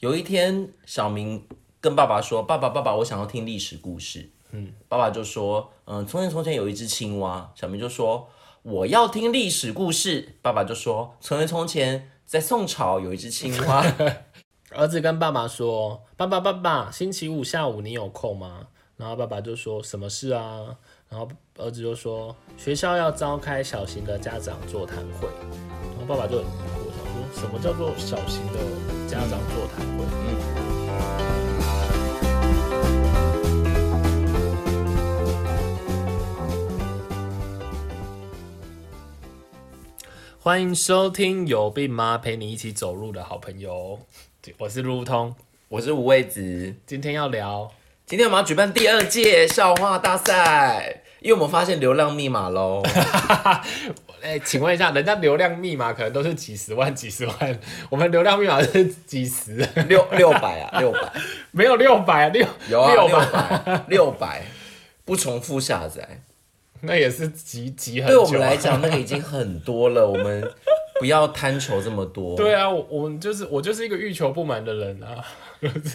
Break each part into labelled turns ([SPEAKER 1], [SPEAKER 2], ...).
[SPEAKER 1] 有一天，小明跟爸爸说：“爸爸，爸爸，我想要听历史故事。”嗯，爸爸就说：“嗯，从前从前有一只青蛙。”小明就说：“我要听历史故事。”爸爸就说：“从前从前，在宋朝有一只青 蛙。
[SPEAKER 2] 儿子跟爸爸说：“爸爸，爸爸，星期五下午你有空吗？”然后爸爸就说：“什么事啊？”然后儿子就说：“学校要召开小型的家长座谈会。”然后爸爸就很疑惑，想说什么叫做小型的家长座谈会？欢迎收听《有病吗？陪你一起走路的好朋友》，我是路路通，”
[SPEAKER 1] 我是五味子。
[SPEAKER 2] 今天要聊
[SPEAKER 1] 今天我们要举办第二届笑话大赛，因为我们发现流量密码 喽。
[SPEAKER 2] 哎、请问一下，人家流量密码可能都是几十万、几十万，我们流量密码是几十，
[SPEAKER 1] 六六百啊，六百
[SPEAKER 2] 没有六百，六
[SPEAKER 1] 有啊，
[SPEAKER 2] 六
[SPEAKER 1] 六
[SPEAKER 2] 吧，
[SPEAKER 1] 百六百不重复下载，
[SPEAKER 2] 那也是集集很
[SPEAKER 1] 对
[SPEAKER 2] 久、啊。
[SPEAKER 1] 我们来，讲那个已经很多了，我们不要贪求这么多。
[SPEAKER 2] 对啊，我我们就是我就是一个欲求不满的人啊。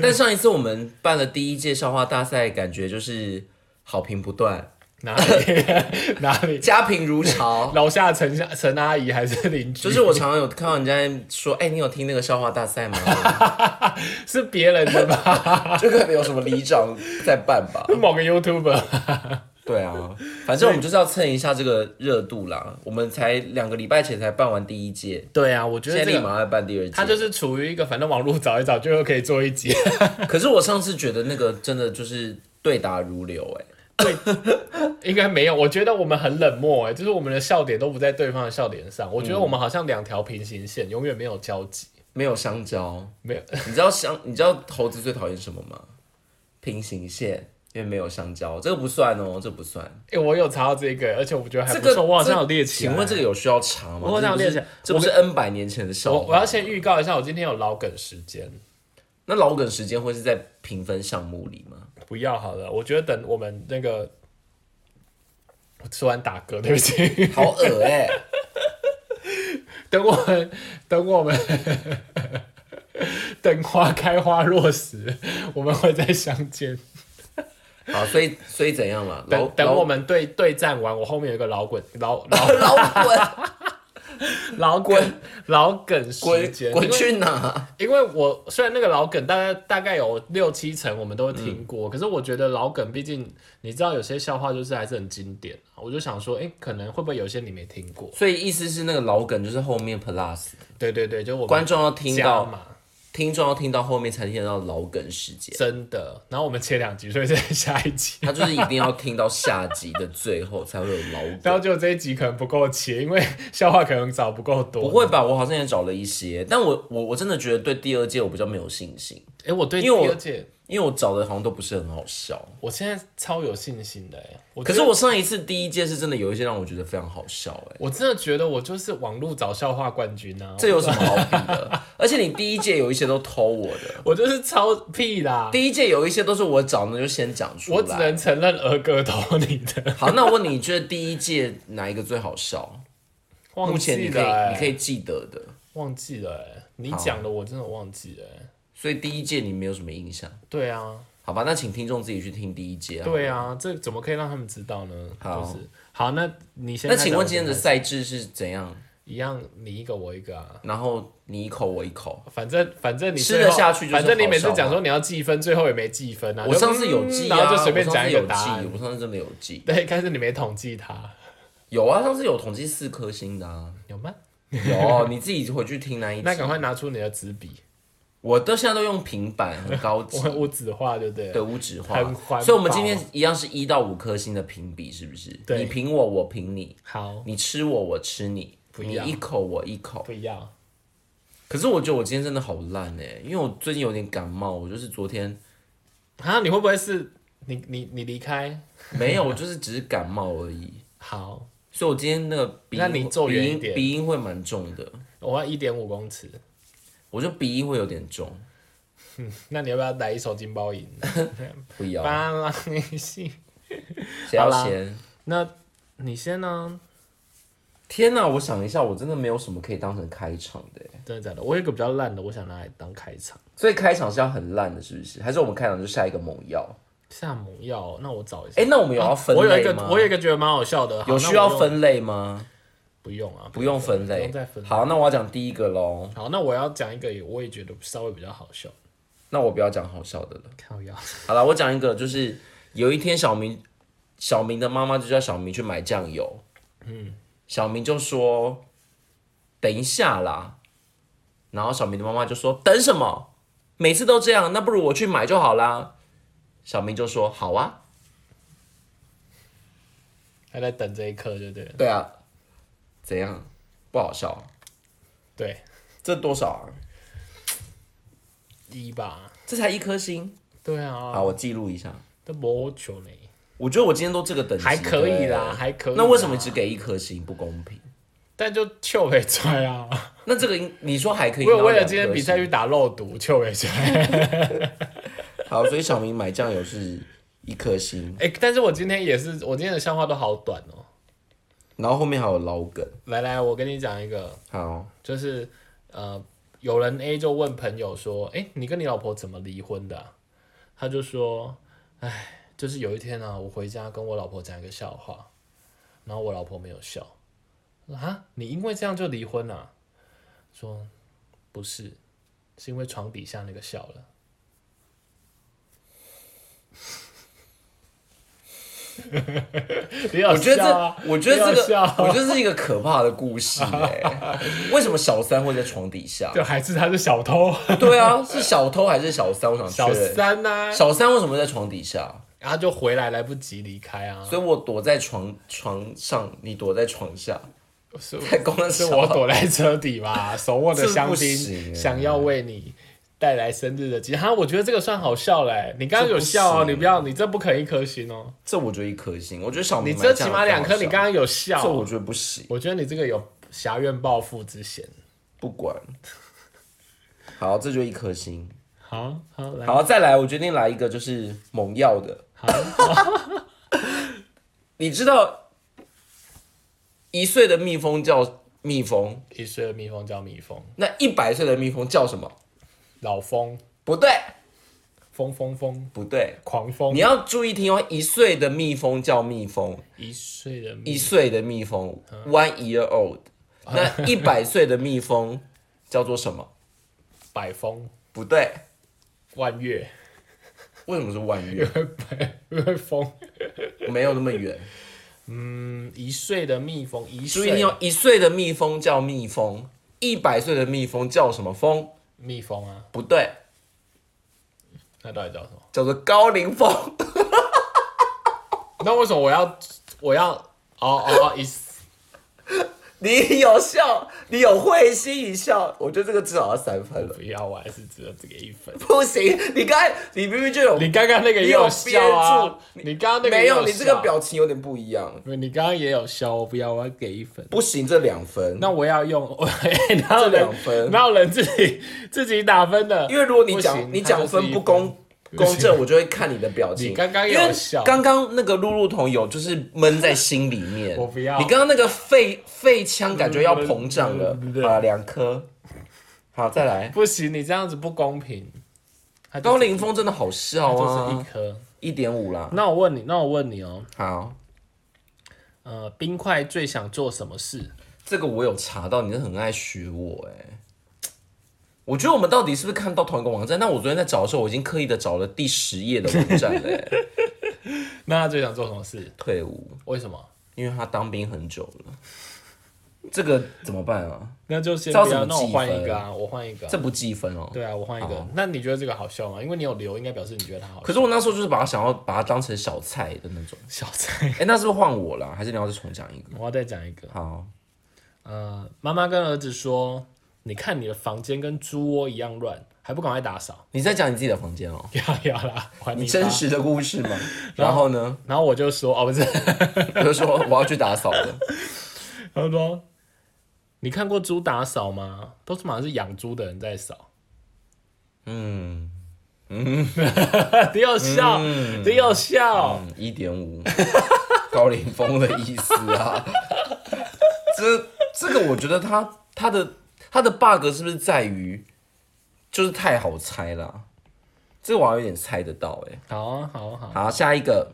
[SPEAKER 1] 但上一次我们办了第一届笑话大赛，感觉就是好评不断，
[SPEAKER 2] 哪里 哪里，
[SPEAKER 1] 家评如 潮。
[SPEAKER 2] 楼下陈下陈阿姨还是邻居，
[SPEAKER 1] 就是我常常有看到人家说，哎、你有听那个笑话大赛吗？
[SPEAKER 2] 是别人的吧？
[SPEAKER 1] 这个有什么里长在办吧？
[SPEAKER 2] 某 个 YouTuber
[SPEAKER 1] 对啊，反正我们就是要蹭一下这个热度啦。我们才两个礼拜前才办完第一届，
[SPEAKER 2] 对啊，我觉
[SPEAKER 1] 现在
[SPEAKER 2] 得这
[SPEAKER 1] 立
[SPEAKER 2] 个
[SPEAKER 1] 马要办第二
[SPEAKER 2] 他
[SPEAKER 1] 届。
[SPEAKER 2] 就是处于一个反正网络找一找就又可以做一集，
[SPEAKER 1] 可是我上次觉得那个真的就是对答如流、哎，
[SPEAKER 2] 应该没有，我觉得我们很冷漠哎、就是我们的笑点都不在对方的笑点上。我觉得
[SPEAKER 1] 嗯
[SPEAKER 2] 我们好像两条平行线，永远没有交集，
[SPEAKER 1] 没有香蕉。
[SPEAKER 2] 没有
[SPEAKER 1] 你知道香，你知道猴子最讨厌什么吗？平行线，因为没有香蕉，这个不算哦，这个不算。
[SPEAKER 2] 哎、我有查到这个，而且我觉得还
[SPEAKER 1] 这
[SPEAKER 2] 不
[SPEAKER 1] 个
[SPEAKER 2] 错，我好像
[SPEAKER 1] 这
[SPEAKER 2] 有列起来。
[SPEAKER 1] 请问这个有需要查吗？
[SPEAKER 2] 我好像有列起来
[SPEAKER 1] 这不是这不是 N 百年前的笑
[SPEAKER 2] 我我
[SPEAKER 1] 话。
[SPEAKER 2] 要先预告一下，我今天有老梗时间，
[SPEAKER 1] 那老梗时间会是在评分项目里吗？
[SPEAKER 2] 不要好了，我觉得等我们那个。我突然打嗝，对不起。
[SPEAKER 1] 好恶 哎、
[SPEAKER 2] 等我们， 等我们，等花开花落时，我们会再相见。
[SPEAKER 1] 好，所以所以怎样嘛？老
[SPEAKER 2] 等等，
[SPEAKER 1] 老
[SPEAKER 2] 我们对对战完，我后面有一个老滚老老
[SPEAKER 1] 老滚
[SPEAKER 2] 老梗老梗时
[SPEAKER 1] 滚
[SPEAKER 2] 间，
[SPEAKER 1] 滚
[SPEAKER 2] 因为
[SPEAKER 1] 去哪？
[SPEAKER 2] 因为我虽然那个老梗大概大概有六七成我们都会听过，可是我觉得老梗毕竟你知道有些笑话就是还是很经典，我就想说，哎、可能会不会有些你没听过？
[SPEAKER 1] 所以意思是那个老梗就是后面 plus
[SPEAKER 2] 对对对，就我们
[SPEAKER 1] 观众要听
[SPEAKER 2] 加
[SPEAKER 1] 到，
[SPEAKER 2] 嘛，
[SPEAKER 1] 听众要听到后面才听得到老梗时间，
[SPEAKER 2] 真的。然后我们切两集，所以在下一集。
[SPEAKER 1] 他就是一定要听到下集的最后才会有老梗。
[SPEAKER 2] 然后就这一集可能不够切，因为笑话可能找不够多。
[SPEAKER 1] 不，会吧？我好像也找了一些，但我我我真的觉得对第二届我比较没有信心，
[SPEAKER 2] 哎、我对第
[SPEAKER 1] 因为我
[SPEAKER 2] 二届
[SPEAKER 1] 因为我找的好像都不是很好笑。
[SPEAKER 2] 我现在超有信心的哎、我
[SPEAKER 1] 可
[SPEAKER 2] 觉
[SPEAKER 1] 是
[SPEAKER 2] 得
[SPEAKER 1] 我上一次第一届是真的有一些让我觉得非常好笑、哎，
[SPEAKER 2] 我真的觉得我就是网络找笑话冠军啊！
[SPEAKER 1] 这有什么好比的？而且你第一届有一些都偷我的，
[SPEAKER 2] 我就是超屁啦！
[SPEAKER 1] 第一届有一些都是我找的，就先讲出来。
[SPEAKER 2] 我只能承认儿歌投你 的，
[SPEAKER 1] 好，那我问你，你觉得第一届哪一个最好笑？目
[SPEAKER 2] 忘
[SPEAKER 1] 前
[SPEAKER 2] 记
[SPEAKER 1] 你可
[SPEAKER 2] 了、
[SPEAKER 1] 以
[SPEAKER 2] 欸，
[SPEAKER 1] 你可以记得的，
[SPEAKER 2] 忘记了、欸，你讲的我真的忘记了、欸。
[SPEAKER 1] 所以第一届你没有什么印象，
[SPEAKER 2] 对啊，
[SPEAKER 1] 好吧？那请听众自己去听第一届啊。
[SPEAKER 2] 对啊，这怎么可以让他们知道呢？
[SPEAKER 1] 好
[SPEAKER 2] 就是好，那你先
[SPEAKER 1] 那
[SPEAKER 2] 开始。
[SPEAKER 1] 请问今天的
[SPEAKER 2] 我先
[SPEAKER 1] 赛制是怎样？
[SPEAKER 2] 开始一样，你一个我一个啊。
[SPEAKER 1] 然后你一口我一口，
[SPEAKER 2] 反正反正你
[SPEAKER 1] 吃得
[SPEAKER 2] 最后
[SPEAKER 1] 下去就是
[SPEAKER 2] 反正你每
[SPEAKER 1] 好
[SPEAKER 2] 次
[SPEAKER 1] 笑
[SPEAKER 2] 讲说你要记分，最后也没记分啊。
[SPEAKER 1] 我
[SPEAKER 2] 就
[SPEAKER 1] 上次有记
[SPEAKER 2] 嗯
[SPEAKER 1] 啊，
[SPEAKER 2] 然后就随便
[SPEAKER 1] 我上次
[SPEAKER 2] 讲一
[SPEAKER 1] 有
[SPEAKER 2] 个
[SPEAKER 1] 记
[SPEAKER 2] 答案。，
[SPEAKER 1] 我上次真的有记，
[SPEAKER 2] 对，但是你没统计它，
[SPEAKER 1] 有啊，上次有统计四颗星的 啊，
[SPEAKER 2] 有吗？
[SPEAKER 1] 有，啊你自己回去听那一集
[SPEAKER 2] 那。赶快拿出你的纸笔，
[SPEAKER 1] 我到现在都用平板，很高级
[SPEAKER 2] 我，我纸画就对了。
[SPEAKER 1] 对，无纸化
[SPEAKER 2] 很，环保
[SPEAKER 1] 所以我们今天一样是一到五颗星的评比，是不是？
[SPEAKER 2] 对
[SPEAKER 1] 你评我，我评你，
[SPEAKER 2] 好，
[SPEAKER 1] 你吃我，我吃你，
[SPEAKER 2] 不
[SPEAKER 1] 你
[SPEAKER 2] 要
[SPEAKER 1] 一口我一口。
[SPEAKER 2] 不要。
[SPEAKER 1] 可是我觉得我今天真的好烂哎、因为我最近有点感冒，我就是昨天
[SPEAKER 2] 啊，你会不会是你你你离开？
[SPEAKER 1] 没有，我就是只是感冒而已，
[SPEAKER 2] 好，
[SPEAKER 1] 所以我今天那个鼻音
[SPEAKER 2] 那你坐远
[SPEAKER 1] 鼻
[SPEAKER 2] 一
[SPEAKER 1] 音
[SPEAKER 2] 点
[SPEAKER 1] 鼻音会蛮重的，
[SPEAKER 2] 我要一点五公尺。
[SPEAKER 1] 我觉得鼻音会有点重，
[SPEAKER 2] 那你要不要来一首金 包银？
[SPEAKER 1] 不要，
[SPEAKER 2] 巴拉你信。
[SPEAKER 1] 谁要
[SPEAKER 2] 好啦
[SPEAKER 1] 先？
[SPEAKER 2] 那你先呢？
[SPEAKER 1] 天哪、我想一下，我真的没有什么可以当成开场的欸，
[SPEAKER 2] 真的假的？我有一个比较烂的，我想拿来当开场。
[SPEAKER 1] 所以开场是要很烂的，是不是？还是我们开场就下一个猛药？
[SPEAKER 2] 下猛药，那我找一下。
[SPEAKER 1] 哎、那我们有要分
[SPEAKER 2] 我有一
[SPEAKER 1] 类
[SPEAKER 2] 个
[SPEAKER 1] 吗？，
[SPEAKER 2] 我有一个觉得蛮好笑的。好
[SPEAKER 1] 有需要？
[SPEAKER 2] 那我用
[SPEAKER 1] 分类吗？
[SPEAKER 2] 不用啊，
[SPEAKER 1] 不用分类，
[SPEAKER 2] 不用再分类
[SPEAKER 1] 好，那我要讲第一个喽。
[SPEAKER 2] 好，那我要讲一个，我也觉得稍微比较好笑。
[SPEAKER 1] 那我不要讲好笑的了。
[SPEAKER 2] 靠腰，
[SPEAKER 1] 好了，我讲一个，就是有一天小明，小明的妈妈就叫小明去买酱油，嗯，小明就说等一下啦，然后小明的妈妈就说等什么？每次都这样，那不如我去买就好啦。小明就说好啊，
[SPEAKER 2] 还在等这一刻，对不对了？
[SPEAKER 1] 对啊，怎样？不好笑？
[SPEAKER 2] 对，
[SPEAKER 1] 这多少啊？
[SPEAKER 2] 一吧。
[SPEAKER 1] 这才一颗星。
[SPEAKER 2] 对啊，
[SPEAKER 1] 好，我记录一下。
[SPEAKER 2] 都不好球呢，
[SPEAKER 1] 我觉得我今天都这个等级，
[SPEAKER 2] 还可以啦，
[SPEAKER 1] 对。
[SPEAKER 2] 还可以。
[SPEAKER 1] 那为什么只？给一颗星？不公平。
[SPEAKER 2] 但就臭尾拽啊！
[SPEAKER 1] 那这个应你说还可以？
[SPEAKER 2] 我有为
[SPEAKER 1] 然
[SPEAKER 2] 了
[SPEAKER 1] 后
[SPEAKER 2] 今天
[SPEAKER 1] 两颗
[SPEAKER 2] 比赛
[SPEAKER 1] 星
[SPEAKER 2] 去打肉毒，臭尾拽。
[SPEAKER 1] 好，所以小明买酱油是一颗星，
[SPEAKER 2] 哎、但是我今天也是，我今天的笑话都好短哦。
[SPEAKER 1] 然后后面还有老梗。
[SPEAKER 2] 来来，我跟你讲一个，
[SPEAKER 1] 好，
[SPEAKER 2] 就是呃，有人 A 就问朋友说：“哎、你跟你老婆怎么离婚的啊、他就说：“哎，就是有一天啊，我回家跟我老婆讲一个笑话，然后我老婆没有笑，啊，你因为这样就离婚了、啊？”说：“不是，是因为床底下那个笑了。” 你有
[SPEAKER 1] 我觉得
[SPEAKER 2] 笑啊
[SPEAKER 1] 这，我觉得这
[SPEAKER 2] 你有
[SPEAKER 1] 个
[SPEAKER 2] 笑啊，
[SPEAKER 1] 我觉得这是一个可怕的故事哎。 为什么小三会在床底下？
[SPEAKER 2] 就还是他是小偷，
[SPEAKER 1] 对啊，是小偷还是小三？我想
[SPEAKER 2] 小
[SPEAKER 1] 确认。
[SPEAKER 2] 三啊呐、
[SPEAKER 1] 小三为什么会在床底下？
[SPEAKER 2] 然后就回来来不及离开啊，
[SPEAKER 1] 所以我躲在床床上，你躲在床下，
[SPEAKER 2] 是
[SPEAKER 1] 太公了
[SPEAKER 2] 是
[SPEAKER 1] 小
[SPEAKER 2] 我躲在车底吧，手握的香
[SPEAKER 1] 这不行
[SPEAKER 2] 槟，
[SPEAKER 1] 欸
[SPEAKER 2] 想要为你带来生日的惊喜。哈，我觉得这个算好笑嘞、你刚刚有笑哦、
[SPEAKER 1] 这不行
[SPEAKER 2] 你不要，你这不可一颗星哦、
[SPEAKER 1] 这我觉得一颗星。我觉得小
[SPEAKER 2] 你
[SPEAKER 1] 明买
[SPEAKER 2] 这
[SPEAKER 1] 酱
[SPEAKER 2] 起
[SPEAKER 1] 油
[SPEAKER 2] 码两颗，
[SPEAKER 1] 不好
[SPEAKER 2] 你
[SPEAKER 1] 笑
[SPEAKER 2] 刚刚有笑哦
[SPEAKER 1] 这，我觉得不行，
[SPEAKER 2] 我觉得你这个有侠怨报复之嫌。
[SPEAKER 1] 不管。好，这就一颗星。
[SPEAKER 2] 好好来，
[SPEAKER 1] 好，再来，我决定来一个就是猛药的。
[SPEAKER 2] 好
[SPEAKER 1] 你知道一岁的蜜蜂叫蜜蜂，
[SPEAKER 2] 一岁的蜜蜂叫蜜蜂，
[SPEAKER 1] 那一百岁的蜜蜂叫什么？
[SPEAKER 2] 老蜂
[SPEAKER 1] 不对，
[SPEAKER 2] 蜂蜂蜂，
[SPEAKER 1] 不对，
[SPEAKER 2] 狂蜂
[SPEAKER 1] 你。要注意听哦。一岁的蜜蜂叫蜜蜂，
[SPEAKER 2] 一岁的蜜
[SPEAKER 1] 一岁的蜜蜂 one year old。那一百岁的蜜蜂叫做什么？
[SPEAKER 2] 百蜂
[SPEAKER 1] 不对，
[SPEAKER 2] 万月，
[SPEAKER 1] 为什么是 one year？
[SPEAKER 2] 因为蜂。
[SPEAKER 1] 没有那么远。
[SPEAKER 2] 嗯，一岁的蜜蜂，一
[SPEAKER 1] 注意听
[SPEAKER 2] 岁
[SPEAKER 1] 哦，一岁的蜜蜂叫蜜蜂，一百岁的蜜蜂叫什么蜂？
[SPEAKER 2] 蜜蜂啊，
[SPEAKER 1] 不对，
[SPEAKER 2] 那到底叫什么？
[SPEAKER 1] 叫做高龄蜂。
[SPEAKER 2] 那为什么我要我要哦哦哦一
[SPEAKER 1] 你有笑，你有会心一笑，我觉得这个至少要三分了。
[SPEAKER 2] 不要，我还是只有这个一分。
[SPEAKER 1] 不行，你刚才你明明就有，
[SPEAKER 2] 你刚刚那个也笑啊，你刚刚那个也
[SPEAKER 1] 没有，
[SPEAKER 2] 笑
[SPEAKER 1] 你这个，表情有点不一样。
[SPEAKER 2] 你刚刚也有笑，我不要，我要给一分。
[SPEAKER 1] 不行，这两分。
[SPEAKER 2] 那我要用， 我哪
[SPEAKER 1] 这
[SPEAKER 2] 有人
[SPEAKER 1] 两分
[SPEAKER 2] 哪有人自己自己打分的？
[SPEAKER 1] 因为如果你
[SPEAKER 2] 不行
[SPEAKER 1] 讲你讲分不，公
[SPEAKER 2] 不
[SPEAKER 1] 公
[SPEAKER 2] 行
[SPEAKER 1] 正，我就会看你的表情。
[SPEAKER 2] 你刚刚有
[SPEAKER 1] 因为
[SPEAKER 2] 笑
[SPEAKER 1] 刚刚那个路路桶有就是闷在心里面。
[SPEAKER 2] 我不要
[SPEAKER 1] 你刚刚那个肺肺腔感觉要膨胀了
[SPEAKER 2] 对对对。对
[SPEAKER 1] 好了，两颗。好，再来。
[SPEAKER 2] 不行，你这样子不公平。它就
[SPEAKER 1] 高凌风真的好笑
[SPEAKER 2] 就是一
[SPEAKER 1] 啊，
[SPEAKER 2] 颗。
[SPEAKER 1] 一点五啦。
[SPEAKER 2] 那我问你，那我问你哦，
[SPEAKER 1] 好，
[SPEAKER 2] 呃，冰块最想做什么事？
[SPEAKER 1] 这个我有查到，你是很爱学我哎、我觉得我们到底是不是看到同一个网站？那我昨天在找的时候，我已经刻意的找了第十页的网站了、 欸。
[SPEAKER 2] 那他最想做什么事？
[SPEAKER 1] 退伍，
[SPEAKER 2] 为什么？
[SPEAKER 1] 因为他当兵很久了，这个怎么办啊？
[SPEAKER 2] 那就先
[SPEAKER 1] 这要
[SPEAKER 2] 不要，
[SPEAKER 1] 怎么
[SPEAKER 2] 那我
[SPEAKER 1] 计
[SPEAKER 2] 换一
[SPEAKER 1] 分
[SPEAKER 2] 个啊，我换一个啊、
[SPEAKER 1] 这不计分哦。
[SPEAKER 2] 对啊，我换一个
[SPEAKER 1] 好。
[SPEAKER 2] 那你觉得这个好笑吗？因为你有留，应该表示你觉得它好 笑。
[SPEAKER 1] 可是我那时候就是把它想要把它当成小菜的那种。
[SPEAKER 2] 小菜，
[SPEAKER 1] 哎、那是不是换我了？还是你要再重讲一个？
[SPEAKER 2] 我要再讲一个。
[SPEAKER 1] 好，
[SPEAKER 2] 呃，妈妈跟儿子说：“你看你的房间跟猪窝一样乱，还不赶快打扫。
[SPEAKER 1] 你再讲你自己的房间哦？”
[SPEAKER 2] 要要啦，还
[SPEAKER 1] 你
[SPEAKER 2] 你
[SPEAKER 1] 真
[SPEAKER 2] 吧。
[SPEAKER 1] 实的故事吗？ 然后呢？
[SPEAKER 2] 然后我就说：“哦，不是。
[SPEAKER 1] 我就说我要去打扫了。”
[SPEAKER 2] 他说：“你看过猪打扫吗？都是马上是养猪的人在扫。
[SPEAKER 1] 嗯，”
[SPEAKER 2] 你有笑，你有
[SPEAKER 1] 嗯
[SPEAKER 2] 笑。
[SPEAKER 1] 一点五，高凌风的意思啊。 这这个我觉得他他的他的 bug 是不是在于就是太好猜了啊？这个我还有点猜得到哎、
[SPEAKER 2] 好啊，好啊，好啊，
[SPEAKER 1] 好，下一个，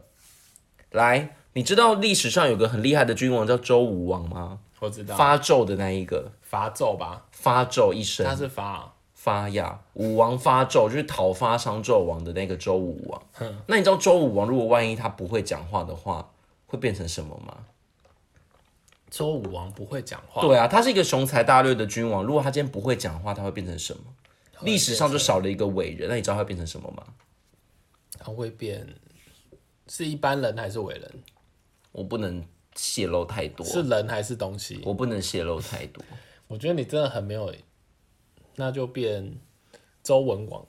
[SPEAKER 1] 来，你知道历史上有个很厉害的君王叫周武王吗？
[SPEAKER 2] 我知道。
[SPEAKER 1] 发咒的那一个，
[SPEAKER 2] 伐纣吧，
[SPEAKER 1] 发咒一
[SPEAKER 2] 他
[SPEAKER 1] 声，
[SPEAKER 2] 是伐啊、
[SPEAKER 1] 发呀，武王发咒就是讨伐商纣王的那个周武王。那你知道周武王如果万一他不会讲话的话，会变成什么吗？
[SPEAKER 2] 周武王不会讲话，
[SPEAKER 1] 对啊，他是一个雄才大略的君王，如果他今天不会讲话，他会变成什么？历史上就少了一个伟人，那你知道他会变成什么吗？
[SPEAKER 2] 他会变是一般人还是伟人？
[SPEAKER 1] 我不能泄露太多，
[SPEAKER 2] 是人还是东西？
[SPEAKER 1] 我不能泄露太多。
[SPEAKER 2] 我觉得你真的很没有，那就变周文王，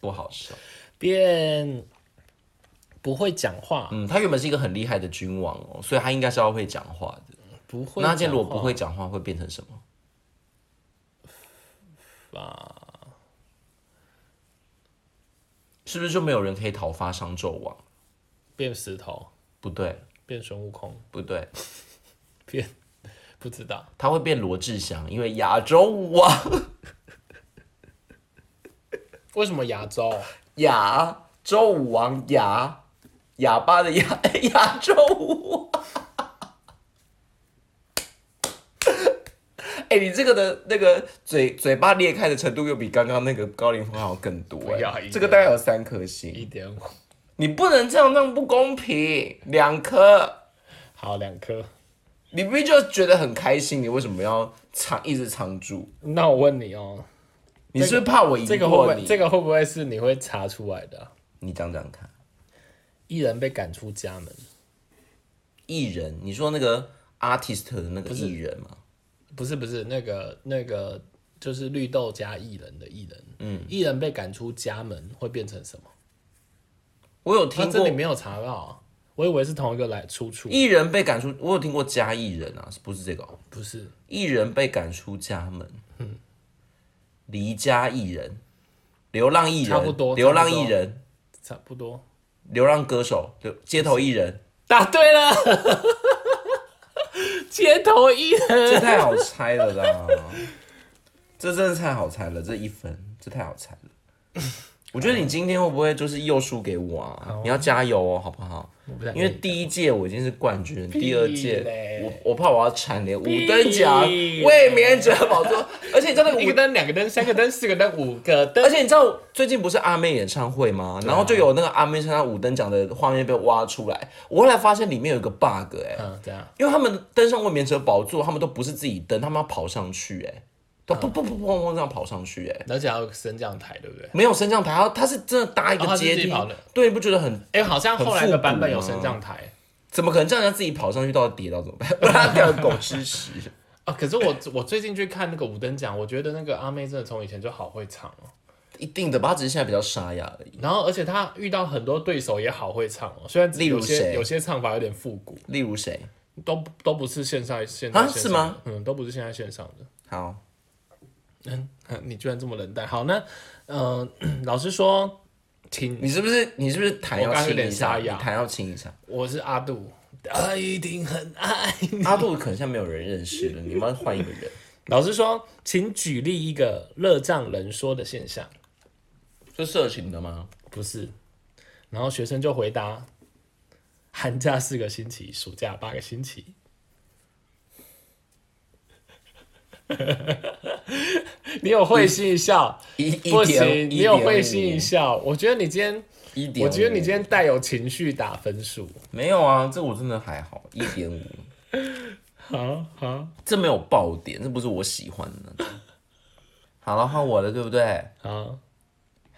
[SPEAKER 1] 不好笑。
[SPEAKER 2] 变不会讲话，
[SPEAKER 1] 嗯，他原本是一个很厉害的君王哦，所以他应该是要会讲话的。
[SPEAKER 2] 不会
[SPEAKER 1] 那他
[SPEAKER 2] 讲话。
[SPEAKER 1] 今天如果不会讲话，会变成什么？是不是就没有人可以讨伐商纣王？
[SPEAKER 2] 变石头，
[SPEAKER 1] 不对，
[SPEAKER 2] 变孙悟空，
[SPEAKER 1] 不对，
[SPEAKER 2] 变不知道
[SPEAKER 1] 他会变罗志祥，因为亚洲舞王
[SPEAKER 2] 为什么亚洲
[SPEAKER 1] 亚洲舞王哑哑巴的 哑亚洲舞王。 哎、你这个的那个嘴嘴巴裂开的程度又比刚刚那个高凌风好像更多、
[SPEAKER 2] 不要
[SPEAKER 1] 哎
[SPEAKER 2] 一定
[SPEAKER 1] 这个大概有三颗星。
[SPEAKER 2] 一点五，
[SPEAKER 1] 你不能这样，那样不公平。两颗，
[SPEAKER 2] 好两颗。
[SPEAKER 1] 你不就觉得很开心？你为什么要藏一直藏住？
[SPEAKER 2] 那我问你哦，
[SPEAKER 1] 你是不是怕我赢
[SPEAKER 2] 这个会不
[SPEAKER 1] 过
[SPEAKER 2] 会
[SPEAKER 1] 你？
[SPEAKER 2] 这个会不会是你会查出来的啊、
[SPEAKER 1] 你讲讲看。
[SPEAKER 2] 艺人被赶出家门，
[SPEAKER 1] 艺人，你说那个 artist 的那个艺人吗？
[SPEAKER 2] 不是不是那个那个就是绿豆加艺人的艺人，嗯，艺人被赶出家门会变成什么？
[SPEAKER 1] 我有
[SPEAKER 2] 他
[SPEAKER 1] 听
[SPEAKER 2] 这
[SPEAKER 1] 过
[SPEAKER 2] 里没有查到啊、我以为是同一个来出处，
[SPEAKER 1] 艺人被赶出，我有听过加艺人啊，是不是这个哦？
[SPEAKER 2] 不是
[SPEAKER 1] 艺人被赶出家门，离家艺人，流浪艺人，
[SPEAKER 2] 差不多
[SPEAKER 1] 流浪
[SPEAKER 2] 差不多
[SPEAKER 1] 艺人，
[SPEAKER 2] 差不多。
[SPEAKER 1] 流浪歌手，流街头艺人，
[SPEAKER 2] 答对了， 街头艺人。
[SPEAKER 1] 这太好猜了 啦！这真的太好猜了，这一分，这太好猜了。我觉得你今天会不会就是又输给我啊？你要加油哦，好不好？因为第一届我已经是冠军，第二届
[SPEAKER 2] 嘞
[SPEAKER 1] 我我怕我要蝉联五等奖、
[SPEAKER 2] 屁
[SPEAKER 1] 卫冕者宝座，而且你知道那个
[SPEAKER 2] 一
[SPEAKER 1] 五
[SPEAKER 2] 个灯、两个灯、三个灯、四个灯、五个灯
[SPEAKER 1] 而，且你知道最近不是阿妹演唱会吗？然后
[SPEAKER 2] 啊
[SPEAKER 1] 就有那个阿妹参加五等奖的画面被挖出来，我后来发现里面有一个 bug 哎、
[SPEAKER 2] 嗯，这样
[SPEAKER 1] 因为他们登上卫冕者宝座，他们都不是自己登，他们要跑上去哎、都
[SPEAKER 2] 嗯
[SPEAKER 1] 砰砰砰砰砰这样跑上去哎、
[SPEAKER 2] 而且还有升降台，对不对？
[SPEAKER 1] 没有升降台，他他是真的搭一
[SPEAKER 2] 哦
[SPEAKER 1] 个
[SPEAKER 2] 他是
[SPEAKER 1] 阶
[SPEAKER 2] 自己
[SPEAKER 1] 梯，
[SPEAKER 2] 跑的
[SPEAKER 1] 对，不觉得很
[SPEAKER 2] 哎、好像后来的版本有
[SPEAKER 1] 很复古
[SPEAKER 2] 升
[SPEAKER 1] 吗
[SPEAKER 2] 降台
[SPEAKER 1] 怎么可能这样人家自己跑上去到底跌到怎么办？ 不然他掉狗吃屎。
[SPEAKER 2] 啊。可是我我最近去看那个五等奖，我觉得那个阿妹真的从以前就好会唱哦，
[SPEAKER 1] 一定的吧，他只是现在比较沙哑而已。
[SPEAKER 2] 然后而且她遇到很多对手也好会唱哦，虽然
[SPEAKER 1] 例如
[SPEAKER 2] 有些
[SPEAKER 1] 谁
[SPEAKER 2] 有些唱法有点复古，
[SPEAKER 1] 例如谁？
[SPEAKER 2] 都不都不是现在现
[SPEAKER 1] 啊
[SPEAKER 2] 在
[SPEAKER 1] 是吗？
[SPEAKER 2] 嗯，都不是现在线上的。
[SPEAKER 1] 好，
[SPEAKER 2] 你居然这么冷淡。好，那嗯、呃 老实说，请
[SPEAKER 1] 你是不是你是不是弹
[SPEAKER 2] 我
[SPEAKER 1] 要
[SPEAKER 2] 刚刚有
[SPEAKER 1] 轻
[SPEAKER 2] 点
[SPEAKER 1] 一下？
[SPEAKER 2] 沙
[SPEAKER 1] 你
[SPEAKER 2] 哑
[SPEAKER 1] 弹要轻一下。
[SPEAKER 2] 我是阿杜， 他一定很爱你。
[SPEAKER 1] 阿杜可能现在没有人认识了，你们要换一个人。
[SPEAKER 2] 老实说，请举例一个热胀冷缩的现象，
[SPEAKER 1] 是色情的 吗？
[SPEAKER 2] 不是？然后学生就回答：寒假四个星期，暑假八个星期。 你有会心一笑，
[SPEAKER 1] 一
[SPEAKER 2] 不
[SPEAKER 1] 一
[SPEAKER 2] 行，
[SPEAKER 1] 点，
[SPEAKER 2] 你有会心一笑。我觉得你今天，
[SPEAKER 1] 一点，
[SPEAKER 2] 我觉得你今天带有情绪打分数。
[SPEAKER 1] 没有啊，这我真的还好，一点五，
[SPEAKER 2] 好好
[SPEAKER 1] 这没有爆点，这不是我喜欢的。好了，换我了，对不对？
[SPEAKER 2] 好，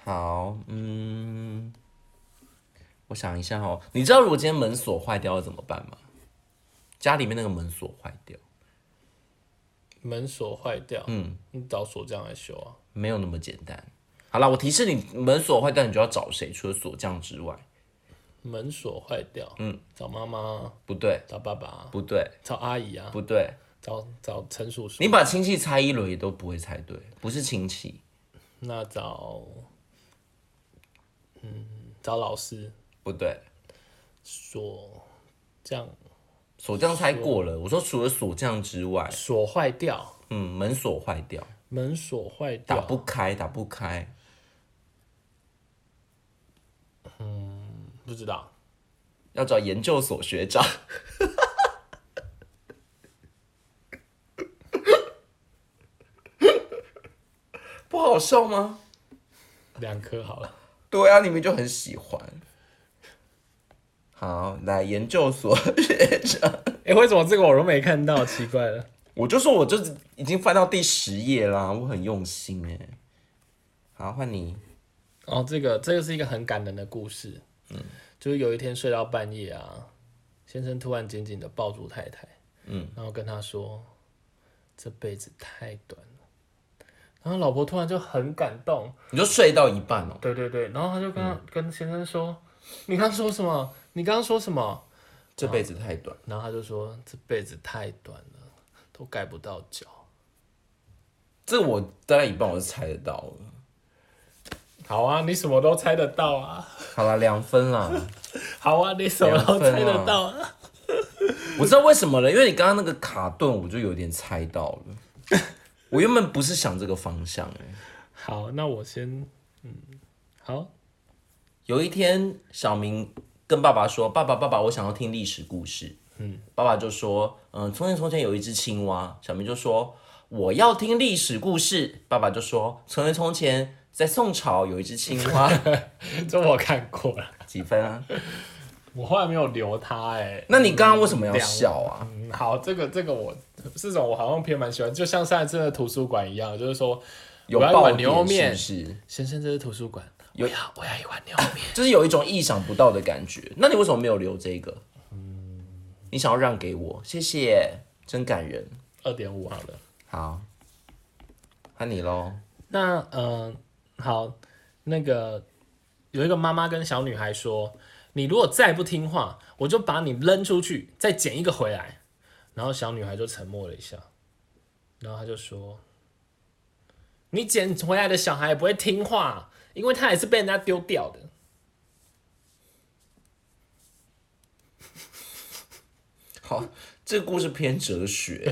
[SPEAKER 1] 好，嗯，我想一下哦，你知道如果今天门锁坏掉要怎么办吗？家里面那个门锁坏掉，
[SPEAKER 2] 门锁坏掉，嗯，你找锁匠来修啊。
[SPEAKER 1] 没有那么简单。好啦，我提示你，门锁坏掉你就要找谁？除了锁匠之外，
[SPEAKER 2] 门锁坏掉，嗯，找妈妈，
[SPEAKER 1] 不对，
[SPEAKER 2] 找爸爸，
[SPEAKER 1] 不对，
[SPEAKER 2] 找阿姨啊，
[SPEAKER 1] 不对，
[SPEAKER 2] 找找陈叔叔，
[SPEAKER 1] 你把亲戚猜一轮也都不会猜对，不是亲戚，
[SPEAKER 2] 那找，嗯，找老师
[SPEAKER 1] 不对，
[SPEAKER 2] 锁匠，
[SPEAKER 1] 锁匠猜过了。我说除了锁匠之外，
[SPEAKER 2] 锁坏掉，
[SPEAKER 1] 嗯，门锁坏掉，
[SPEAKER 2] 门锁坏
[SPEAKER 1] 打
[SPEAKER 2] 掉，
[SPEAKER 1] 不开，打不开。
[SPEAKER 2] 不知道。
[SPEAKER 1] 要找研究所学长。 不好笑吗？
[SPEAKER 2] 两颗好了，
[SPEAKER 1] 对啊，你们就很喜欢。好，来研究所 学长，
[SPEAKER 2] 哎、为什么这个我都没看到？奇怪了，
[SPEAKER 1] 我就说我这已经翻到第十页啦，我很用心哎。好，换你。
[SPEAKER 2] 哦，这个这个是一个很感人的故事，嗯，就是有一天睡到半夜啊，先生突然紧紧的抱住太太，嗯，然后跟她说，这辈子太短了，然后老婆突然就很感动，
[SPEAKER 1] 你就睡到一半哦，
[SPEAKER 2] 对对对，然后她就跟、他跟先生说，你刚刚说什么？你刚刚说什么？
[SPEAKER 1] 这辈子太短。
[SPEAKER 2] 然后他就说这辈子太短了，都盖不到脚。
[SPEAKER 1] 这我大概一半我就猜得到了。
[SPEAKER 2] 好啊，你什么都猜得到啊！
[SPEAKER 1] 好了，两分啦。
[SPEAKER 2] 好啊，你什么都猜得到啊！
[SPEAKER 1] 我知道为什么了，因为你刚刚那个卡顿，我就有点猜到了。我原本不是想这个方向哎、
[SPEAKER 2] 好，那我先，嗯，好，
[SPEAKER 1] 有一天，小明跟爸爸说：“爸爸，爸爸，我想要听历史故事。”嗯，爸爸就说：“嗯，从前从前有一只青蛙。”小明就说：“我要听历史故事。”爸爸就说：“从前从前，在宋朝有一只青 蛙。
[SPEAKER 2] 这我看过了，”
[SPEAKER 1] 几分啊？
[SPEAKER 2] 我后来没有留他哎、
[SPEAKER 1] 那你刚刚为什么要笑啊？
[SPEAKER 2] 嗯，好，这个这个我这种我好像偏蛮喜欢，就像上一次的图书馆一样，就是说
[SPEAKER 1] 有
[SPEAKER 2] 我要一
[SPEAKER 1] 爆
[SPEAKER 2] 碗
[SPEAKER 1] 点
[SPEAKER 2] 牛肉
[SPEAKER 1] 是不
[SPEAKER 2] 面，
[SPEAKER 1] 是？
[SPEAKER 2] 先生这是图书馆，我要我要一碗牛肉面。
[SPEAKER 1] 就是有一种意想不到的感觉。那你为什么没有留这个？
[SPEAKER 2] 嗯
[SPEAKER 1] 你想要让给我，谢谢，真感人。
[SPEAKER 2] 二点五好了。
[SPEAKER 1] 好，换你喽。
[SPEAKER 2] 那嗯、呃好，那个有一个妈妈跟小女孩说：“你如果再不听话，我就把你扔出去，再捡一个回来。”然后小女孩就沉默了一下，然后她就说：“你捡回来的小孩也不会听话，因为他也是被人家丢掉的。
[SPEAKER 1] 好，这个故事偏哲 学，”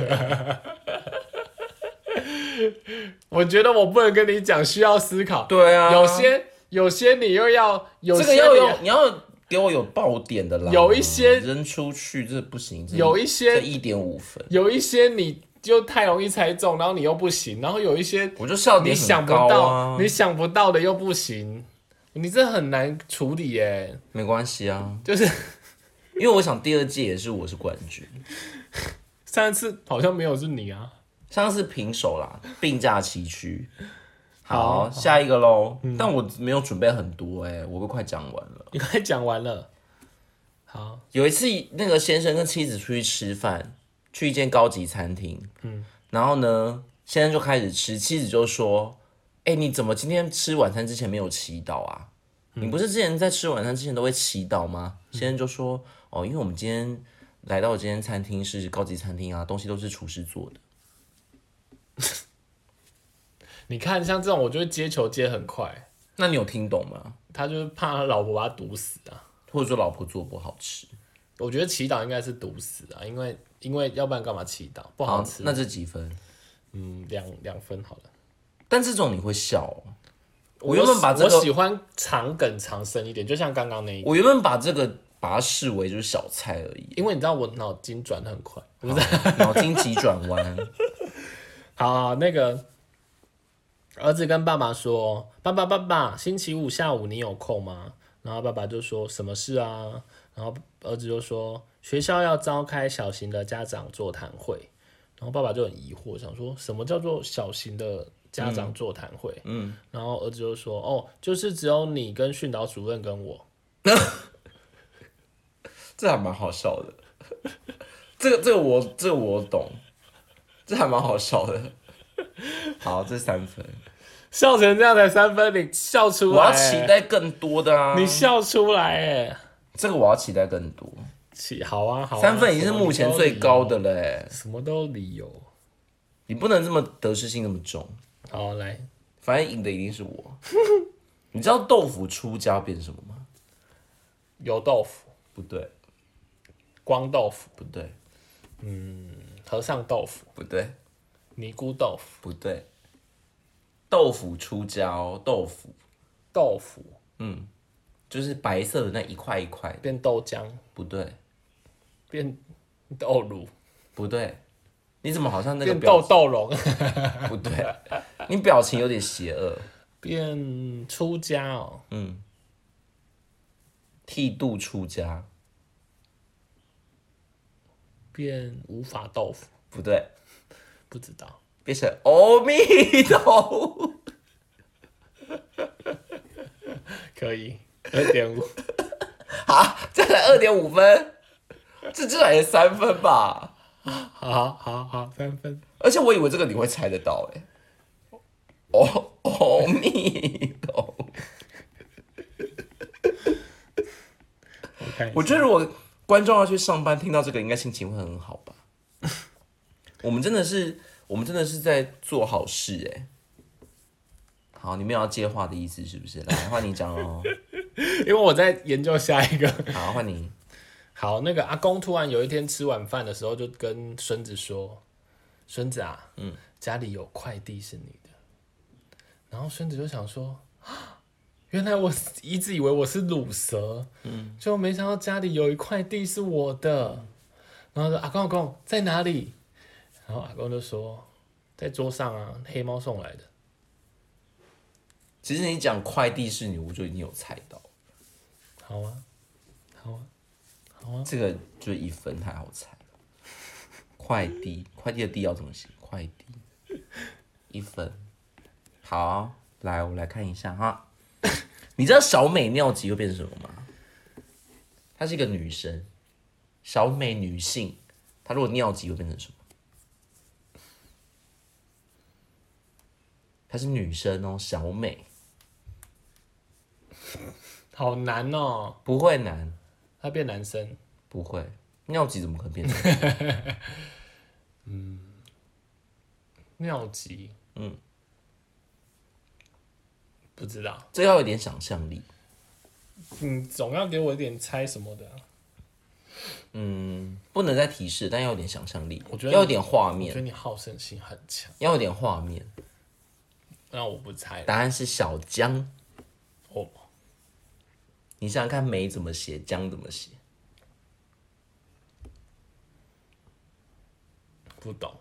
[SPEAKER 2] 我觉得我不能跟你讲，需要思考。
[SPEAKER 1] 对啊，
[SPEAKER 2] 有些有些你又要有
[SPEAKER 1] 这
[SPEAKER 2] 些
[SPEAKER 1] 个要
[SPEAKER 2] 你
[SPEAKER 1] 有，你要给我有爆点的啦。
[SPEAKER 2] 有一些
[SPEAKER 1] 扔出去这不行，这
[SPEAKER 2] 有一些
[SPEAKER 1] 这一点五分，
[SPEAKER 2] 有一些你就太容易猜中，然后你又不行，然后有一些
[SPEAKER 1] 我就笑
[SPEAKER 2] 你
[SPEAKER 1] 点
[SPEAKER 2] 想
[SPEAKER 1] 很
[SPEAKER 2] 不
[SPEAKER 1] 高
[SPEAKER 2] 到，
[SPEAKER 1] 啊，
[SPEAKER 2] 你想不到的又不行，你这很难处理耶。
[SPEAKER 1] 没关系啊，
[SPEAKER 2] 就是
[SPEAKER 1] 因为我想第二届也是我是冠军，
[SPEAKER 2] 上次好像没有是你啊，
[SPEAKER 1] 上次平手啦，并驾齐驱。
[SPEAKER 2] 好
[SPEAKER 1] 好，
[SPEAKER 2] 嗯
[SPEAKER 1] 下一个喽。但我没有准备很多哎、我都快讲完了。
[SPEAKER 2] 你快讲完了。好，
[SPEAKER 1] 有一次，那个先生跟妻子出去吃饭，去一间高级餐厅，嗯，然后呢，先生就开始吃，妻子就说：“哎、你怎么今天吃晚餐之前没有祈祷啊？你不是之前在吃晚餐之前都会祈祷吗？”先生就说：“哦，因为我们今天来到这间餐厅是高级餐厅啊，东西都是厨师做的。
[SPEAKER 2] 你看像这种，我就会接球接很快，
[SPEAKER 1] 那你有听懂吗？
[SPEAKER 2] 他就是怕他老婆把他毒死啊。
[SPEAKER 1] 或者说老婆做不好吃？
[SPEAKER 2] 我觉得祈祷应该是毒死啊，因为因为要不然干嘛祈祷？不好吃。
[SPEAKER 1] 那这几分？
[SPEAKER 2] 嗯，两两分好了。
[SPEAKER 1] 但这种你会笑、哦。我原本把这个
[SPEAKER 2] 我喜欢长梗长深一点，就像刚刚那一个。
[SPEAKER 1] 我原本把这个把它视为就是小菜而已，
[SPEAKER 2] 因为你知道我脑筋转得很快。
[SPEAKER 1] 脑筋急转弯。
[SPEAKER 2] 好好，那个儿子跟爸爸说：“爸爸，爸爸，星期五下午你有空吗？”然后爸爸就说：“什么事啊？”然后儿子就说：“学校要召开小型的家长座谈会。”然后爸爸就很疑惑，想说什么叫做小型的家长座谈会？嗯，然后儿子就说：“哦，就是只有你跟训导主任跟我。
[SPEAKER 1] 这还蛮好笑的。 这个这个我这个我懂，这还蛮好笑的。好，这三 分，”
[SPEAKER 2] 笑成这样才三分，你笑出
[SPEAKER 1] 我
[SPEAKER 2] 来、
[SPEAKER 1] 要期待更多的啊！
[SPEAKER 2] 你笑出来哎、
[SPEAKER 1] 这个我要期待更多，
[SPEAKER 2] 起好啊好啊，
[SPEAKER 1] 三分已经是目前最高的了欸，
[SPEAKER 2] 什么都理由。
[SPEAKER 1] 你不能这么得失心那么重，
[SPEAKER 2] 好，来，
[SPEAKER 1] 反正赢的一定是 我。你知道豆腐出家变什么吗？
[SPEAKER 2] 油豆腐，
[SPEAKER 1] 不对，
[SPEAKER 2] 光豆腐、
[SPEAKER 1] 不对，
[SPEAKER 2] 和尚豆腐、
[SPEAKER 1] 不对，
[SPEAKER 2] 尼姑豆腐、
[SPEAKER 1] 不对，豆腐出胶，豆腐
[SPEAKER 2] 豆腐
[SPEAKER 1] 就是白色的那一块一块的，
[SPEAKER 2] 变豆浆
[SPEAKER 1] 不对，
[SPEAKER 2] 变豆乳
[SPEAKER 1] 不对，你怎么好像那个
[SPEAKER 2] 变
[SPEAKER 1] 表
[SPEAKER 2] 豆豆蓉
[SPEAKER 1] 不对，你表情有点邪恶，
[SPEAKER 2] 变出家哦，
[SPEAKER 1] 剃度出家，
[SPEAKER 2] 变无法豆腐，
[SPEAKER 1] 不对，
[SPEAKER 2] 不知道
[SPEAKER 1] 变成阿弥陀佛。
[SPEAKER 2] 可以二点五
[SPEAKER 1] 啊，再来二点五分，这至少也三分吧。
[SPEAKER 2] 好好好好三分
[SPEAKER 1] 而且我以为这个你会猜得到哎、哦哦，密哦，
[SPEAKER 2] 我看一下
[SPEAKER 1] 我觉得如果观众要去上班，听到这个应该心情会很好吧。 我们真的是，我们真的是在做好事哎、好，你没有要接话的意思是不是？来，换你讲哦。
[SPEAKER 2] 因为我在研究下一个。
[SPEAKER 1] 好，换你。
[SPEAKER 2] 好，那个阿公突然有一天吃晚饭的时候，就跟孙子说：“孙子啊，嗯，家里有快递是你的。”然后孙子就想说：“啊原来我是一直以为我是乳蛇，嗯，就没想到家里有一块地是我的。”然后说：“阿公阿公在哪里？”然后阿公就说：“在桌上啊，黑猫送来的。
[SPEAKER 1] 其实你讲快递是你，我就已经有猜到，”
[SPEAKER 2] 好啊，好啊，
[SPEAKER 1] 这个就一分还好猜。快递，快递的递要怎么写？快递，一分。好，来我们来看一下哈。你知道小美尿急又变成什么吗？她是一个女生，小美女性，她如果尿急会变成什么？她是女生哦，小美
[SPEAKER 2] 好难哦，
[SPEAKER 1] 不会难，
[SPEAKER 2] 他变男生，
[SPEAKER 1] 不会尿急怎么可能变成？
[SPEAKER 2] 尿急，嗯，不知道。
[SPEAKER 1] 这要有点想象力。
[SPEAKER 2] 你总要给我一点猜什么的啊、
[SPEAKER 1] 不能再提示，但要有点想象力，
[SPEAKER 2] 我觉得
[SPEAKER 1] 要有点画
[SPEAKER 2] 我觉
[SPEAKER 1] 面，
[SPEAKER 2] 得你好胜心很强，
[SPEAKER 1] 要有点画面。
[SPEAKER 2] 那我不猜了。
[SPEAKER 1] 答案是小江，
[SPEAKER 2] 哦，
[SPEAKER 1] 你想想看，梅怎么写，江怎么写？
[SPEAKER 2] 不懂。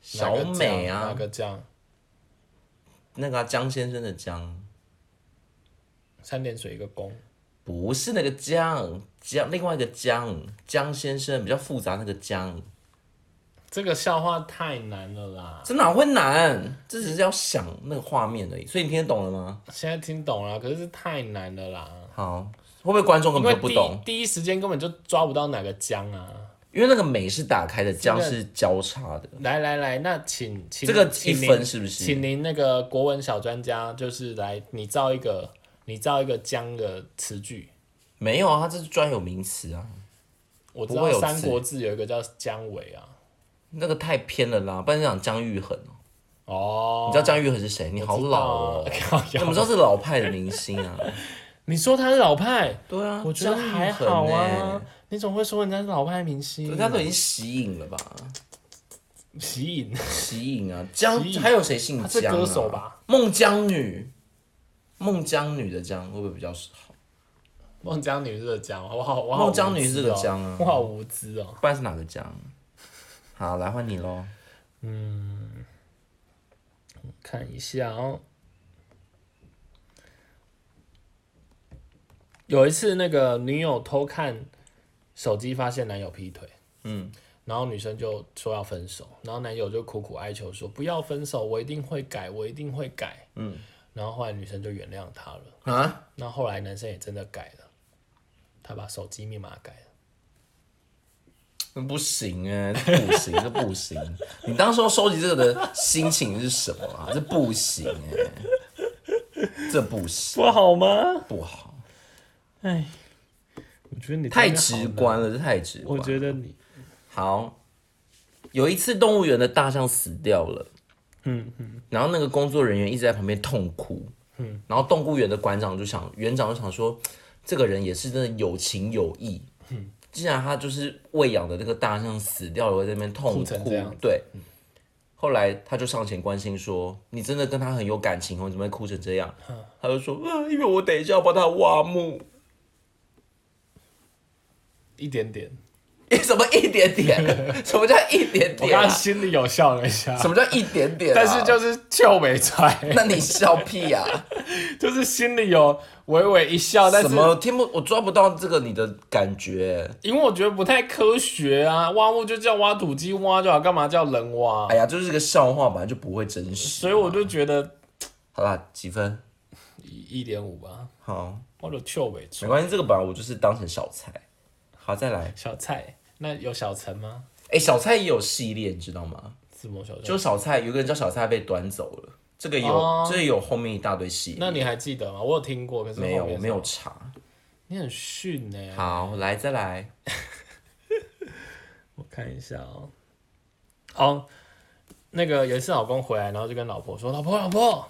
[SPEAKER 1] 小美
[SPEAKER 2] 哪
[SPEAKER 1] 啊，
[SPEAKER 2] 个酱？
[SPEAKER 1] 那个啊、江先生的江，
[SPEAKER 2] 三点水一个公，
[SPEAKER 1] 不是那个江，江另外一个江，江先生比较复杂，那个江，
[SPEAKER 2] 这个笑话太难了啦！
[SPEAKER 1] 这哪会难？这只是要想那个画面而已，所以你听得懂了吗？
[SPEAKER 2] 现在听懂了，可是太难了啦。
[SPEAKER 1] 好，会不会观众根
[SPEAKER 2] 因为
[SPEAKER 1] 本
[SPEAKER 2] 第
[SPEAKER 1] 就不懂？
[SPEAKER 2] 第一时间根本就抓不到哪个姜啊！
[SPEAKER 1] 因为那个美是打开的，江
[SPEAKER 2] 这个
[SPEAKER 1] 是交叉的。
[SPEAKER 2] 来来来，那请请
[SPEAKER 1] 这个
[SPEAKER 2] 请
[SPEAKER 1] 一
[SPEAKER 2] 您
[SPEAKER 1] 分是不是
[SPEAKER 2] 请您那个国文小专家，就是来你造一个你造一个姜的词句。
[SPEAKER 1] 没有啊，它这是专有名词啊。
[SPEAKER 2] 我知
[SPEAKER 1] 不
[SPEAKER 2] 道
[SPEAKER 1] 会
[SPEAKER 2] 《
[SPEAKER 1] 有
[SPEAKER 2] 三
[SPEAKER 1] 字
[SPEAKER 2] 国志》有一个叫姜维啊。
[SPEAKER 1] 那个太偏了啦，不然讲姜育恒哦。
[SPEAKER 2] 哦，
[SPEAKER 1] 你知道姜育恒是谁？你好老哦
[SPEAKER 2] 我，知道
[SPEAKER 1] 你怎么知道是老派的明星啊？
[SPEAKER 2] 你说他是老派，
[SPEAKER 1] 对啊，
[SPEAKER 2] 我觉得还好
[SPEAKER 1] 欸
[SPEAKER 2] 啊。你总会说人家是老派明
[SPEAKER 1] 姜育恒欸，
[SPEAKER 2] 星，
[SPEAKER 1] 人家都已经吸引了吧？
[SPEAKER 2] 吸引
[SPEAKER 1] 吸引啊，姜
[SPEAKER 2] 吸引
[SPEAKER 1] 还有谁姓
[SPEAKER 2] 他是
[SPEAKER 1] 姜、啊？
[SPEAKER 2] 歌手吧？
[SPEAKER 1] 孟姜女，孟姜女的姜会不会比较好？
[SPEAKER 2] 孟姜女这个姜，我好我好
[SPEAKER 1] 孟姜女是
[SPEAKER 2] 无
[SPEAKER 1] 个
[SPEAKER 2] 知哦
[SPEAKER 1] 姜啊
[SPEAKER 2] 我好无知哦。
[SPEAKER 1] 不然是哪个姜？好，来换你喽。
[SPEAKER 2] 看一下哦。有一次，那个女友偷看手机，发现男友劈腿，
[SPEAKER 1] 嗯，
[SPEAKER 2] 然后女生就说要分手，然后男友就苦苦哀求说不要分手，我一定会改，我一定会改，嗯，然后后来女生就原谅他了。
[SPEAKER 1] 啊，
[SPEAKER 2] 那后来男生也真的改了，他把手机密码改了。
[SPEAKER 1] 那不行哎、这不行，这不 行。你当时候收集这个的心情是什么啊？这不行哎、这不行，
[SPEAKER 2] 不好吗？
[SPEAKER 1] 不好。
[SPEAKER 2] 哎，我觉得你
[SPEAKER 1] 太
[SPEAKER 2] 真的好
[SPEAKER 1] 直
[SPEAKER 2] 难，
[SPEAKER 1] 观了，这太直观
[SPEAKER 2] 我。觉得你
[SPEAKER 1] 好，有一次动物园的大象死掉了，嗯嗯，然后那个工作人员一直在旁边痛哭，嗯，然后动物园的馆长就想，园长就想说，这个人也是真的有情有义，嗯，既然他就是喂养的那个大象死掉了，会在那边痛
[SPEAKER 2] 哭成这样
[SPEAKER 1] 哭，对。后来他就上前关心说：“你真的跟他很有感情哦，你怎么会哭成这样？”他就说：“啊，因为我等一下要帮他挖墓，
[SPEAKER 2] 一点点。
[SPEAKER 1] 什么一点 点？什么叫一点
[SPEAKER 2] 我
[SPEAKER 1] 点
[SPEAKER 2] 刚
[SPEAKER 1] 啊、
[SPEAKER 2] 刚心里有笑了一下，
[SPEAKER 1] 什么叫一点点、啊
[SPEAKER 2] 但是，就是就没踹，
[SPEAKER 1] 那你笑屁呀、
[SPEAKER 2] 就是心里有微微一笑， 但是
[SPEAKER 1] 什么听不？我抓不到这个你的感觉。
[SPEAKER 2] 因为我觉得不太科学啊，挖墓就叫挖土机挖就好，干嘛叫人挖？
[SPEAKER 1] 哎呀，就是个笑话，本来就不会真实。
[SPEAKER 2] 所以我就觉得
[SPEAKER 1] 好啦，几分？
[SPEAKER 2] 一点五吧，
[SPEAKER 1] 好，
[SPEAKER 2] 或者就没
[SPEAKER 1] 没
[SPEAKER 2] 踹。
[SPEAKER 1] 关系，这个本来我就是当成小菜。好，再来。
[SPEAKER 2] 小蔡，那有小陈吗？
[SPEAKER 1] 哎、小菜也有系列，你知道吗？
[SPEAKER 2] 字母小陈，
[SPEAKER 1] 就小菜，有一个人叫小菜被端走了，这个有，
[SPEAKER 2] 哦
[SPEAKER 1] 这个有后面一大堆系列。
[SPEAKER 2] 那你还记得吗？我有听过，可是
[SPEAKER 1] 没有，
[SPEAKER 2] 后
[SPEAKER 1] 我
[SPEAKER 2] 面
[SPEAKER 1] 没有查。
[SPEAKER 2] 你很逊欸呢、
[SPEAKER 1] 好，来再来。
[SPEAKER 2] 我看一下哦、哦，那个有一次老公回来，然后就跟老婆说：“老婆，老婆，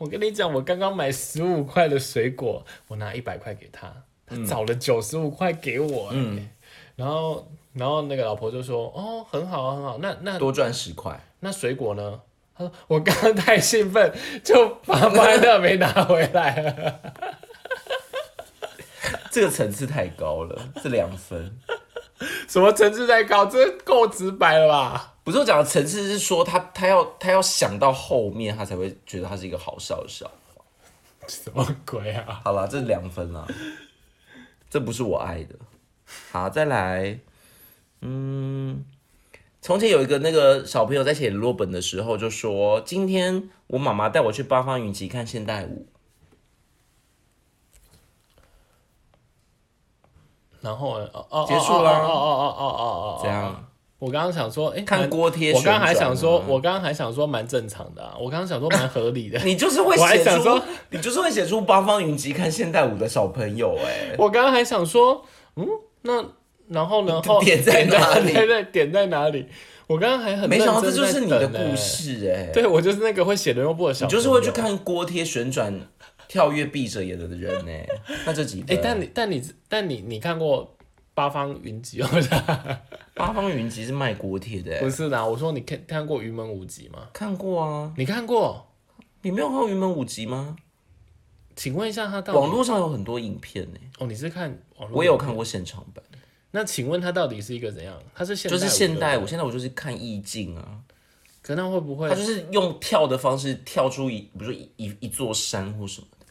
[SPEAKER 2] 我跟你讲，我刚刚买十五块的水果，我拿一百块给他，他找了九十五块给我、嗯。然后，然后那个老婆就说：“哦，很好啊，很好。那那
[SPEAKER 1] 多赚十块，
[SPEAKER 2] 那水果呢？”他说：“我刚刚太兴奋，就把麦乐没拿回来了。
[SPEAKER 1] 这个层次太高了，这两分。
[SPEAKER 2] 什么层次在高？这够直白了吧？
[SPEAKER 1] 不是我讲的层次是说他他要他要想到后面，他才会觉得他是一个好笑的笑。
[SPEAKER 2] 什么鬼啊？
[SPEAKER 1] 好啦，这两分啦，这不是我爱的。好，再来，嗯，从前有一个那个小朋友在写落本的时候就说，今天我妈妈带我去八方云集看现代舞，
[SPEAKER 2] 然后呢哦哦，
[SPEAKER 1] 结束啦
[SPEAKER 2] 哦哦哦哦哦哦哦，
[SPEAKER 1] 怎样？
[SPEAKER 2] 我刚刚想说，哎、
[SPEAKER 1] 看
[SPEAKER 2] 蛮
[SPEAKER 1] 锅贴
[SPEAKER 2] 我
[SPEAKER 1] 旋转
[SPEAKER 2] 刚
[SPEAKER 1] 啊。
[SPEAKER 2] 刚还想说，我刚刚还想说蛮正常的、啊，我刚刚想说蛮合理的
[SPEAKER 1] 你就是会
[SPEAKER 2] 我还
[SPEAKER 1] 写
[SPEAKER 2] 想
[SPEAKER 1] 出
[SPEAKER 2] 说，
[SPEAKER 1] 你就是会写出八方云集看现代舞的小朋友哎、
[SPEAKER 2] 我刚刚还想说，嗯，那然后呢？后
[SPEAKER 1] 点在哪里
[SPEAKER 2] 对对对，点在哪里？我刚刚还很
[SPEAKER 1] 没想到这
[SPEAKER 2] 认真
[SPEAKER 1] 就是你
[SPEAKER 2] 在
[SPEAKER 1] 的
[SPEAKER 2] 等欸
[SPEAKER 1] 故。事哎、
[SPEAKER 2] 对，我就是那个会写人肉布的小
[SPEAKER 1] 你
[SPEAKER 2] 朋友，
[SPEAKER 1] 就是会去。看锅贴旋转、跳跃、闭着眼的人呢、那这几
[SPEAKER 2] 哎、
[SPEAKER 1] 分？
[SPEAKER 2] 但你但你但你你看过八方云集哦？
[SPEAKER 1] 八方云集是卖锅贴的、
[SPEAKER 2] 不
[SPEAKER 1] 欸，
[SPEAKER 2] 是啦，我说你看看过云门舞集吗？
[SPEAKER 1] 看过啊。
[SPEAKER 2] 你看过？
[SPEAKER 1] 你没有看过云门舞集吗？
[SPEAKER 2] 请问一下，他到底
[SPEAKER 1] 网络上有很多影片呢、
[SPEAKER 2] 哦，你是看网络？
[SPEAKER 1] 我也有看过现场版，
[SPEAKER 2] 那请问他到底是一个怎样？他是现代
[SPEAKER 1] 就是
[SPEAKER 2] 舞
[SPEAKER 1] 现
[SPEAKER 2] 的
[SPEAKER 1] 代
[SPEAKER 2] 吗
[SPEAKER 1] 舞，现在我就是看意境啊，
[SPEAKER 2] 可那会不会
[SPEAKER 1] 他就是用跳的方式跳出一，比如说一一一座山或什么的，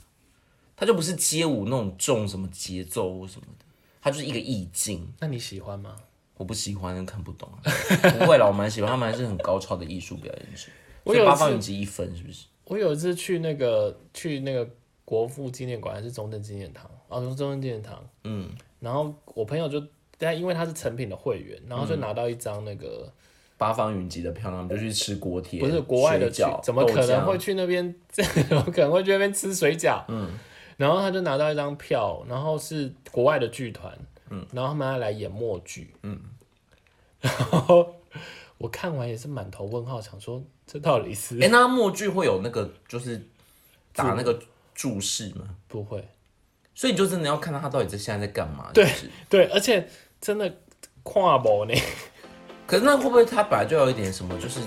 [SPEAKER 1] 他就不是街舞那种重什么节奏或什么的，他就是一个意境。
[SPEAKER 2] 那你喜欢吗？
[SPEAKER 1] 我不喜欢，看不懂、啊。 不会啦，我蛮喜欢，他们还是很高超的艺术表演者。
[SPEAKER 2] 我
[SPEAKER 1] 所以
[SPEAKER 2] 有一
[SPEAKER 1] 八
[SPEAKER 2] 次
[SPEAKER 1] 方云集一分是不是？
[SPEAKER 2] 我有一次去那个去那个国父纪念馆还是中正纪念堂哦，中中正纪念堂，嗯，然后我朋友就但因为他是成品的会员，然后就拿到一张那个、
[SPEAKER 1] 八方云集的漂亮，我们就去吃锅贴，
[SPEAKER 2] 不是国外的
[SPEAKER 1] 水
[SPEAKER 2] 去
[SPEAKER 1] 饺，
[SPEAKER 2] 怎么可
[SPEAKER 1] 豆
[SPEAKER 2] 能
[SPEAKER 1] 浆
[SPEAKER 2] 会去那边？ 怎么可能会去那边吃水饺？嗯，然后他就拿到一张票，然后是国外的剧团，嗯，然后他们要来演默剧，嗯，然后我看完也是满头问号，想说这到底是
[SPEAKER 1] 哎、那默剧会有那个就是打那个注释吗？
[SPEAKER 2] 不会？
[SPEAKER 1] 所以你就真的要看到他到底在现在在干嘛。
[SPEAKER 2] 对
[SPEAKER 1] 就是
[SPEAKER 2] 对，而且真的跨 博呢，
[SPEAKER 1] 可是那会不会他本来就有一点什么，就是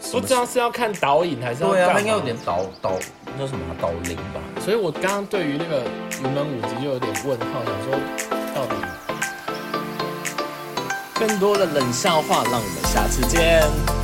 [SPEAKER 1] 什
[SPEAKER 2] 不
[SPEAKER 1] 么
[SPEAKER 2] 知道是要看导引还是要
[SPEAKER 1] 对啊，
[SPEAKER 2] 干
[SPEAKER 1] 他
[SPEAKER 2] 嘛
[SPEAKER 1] 应该有点导导那叫什么啊导灵吧？
[SPEAKER 2] 所以我刚刚对于那个云门舞集就有点问号，想说到底。更多的冷笑话，让我们下次见。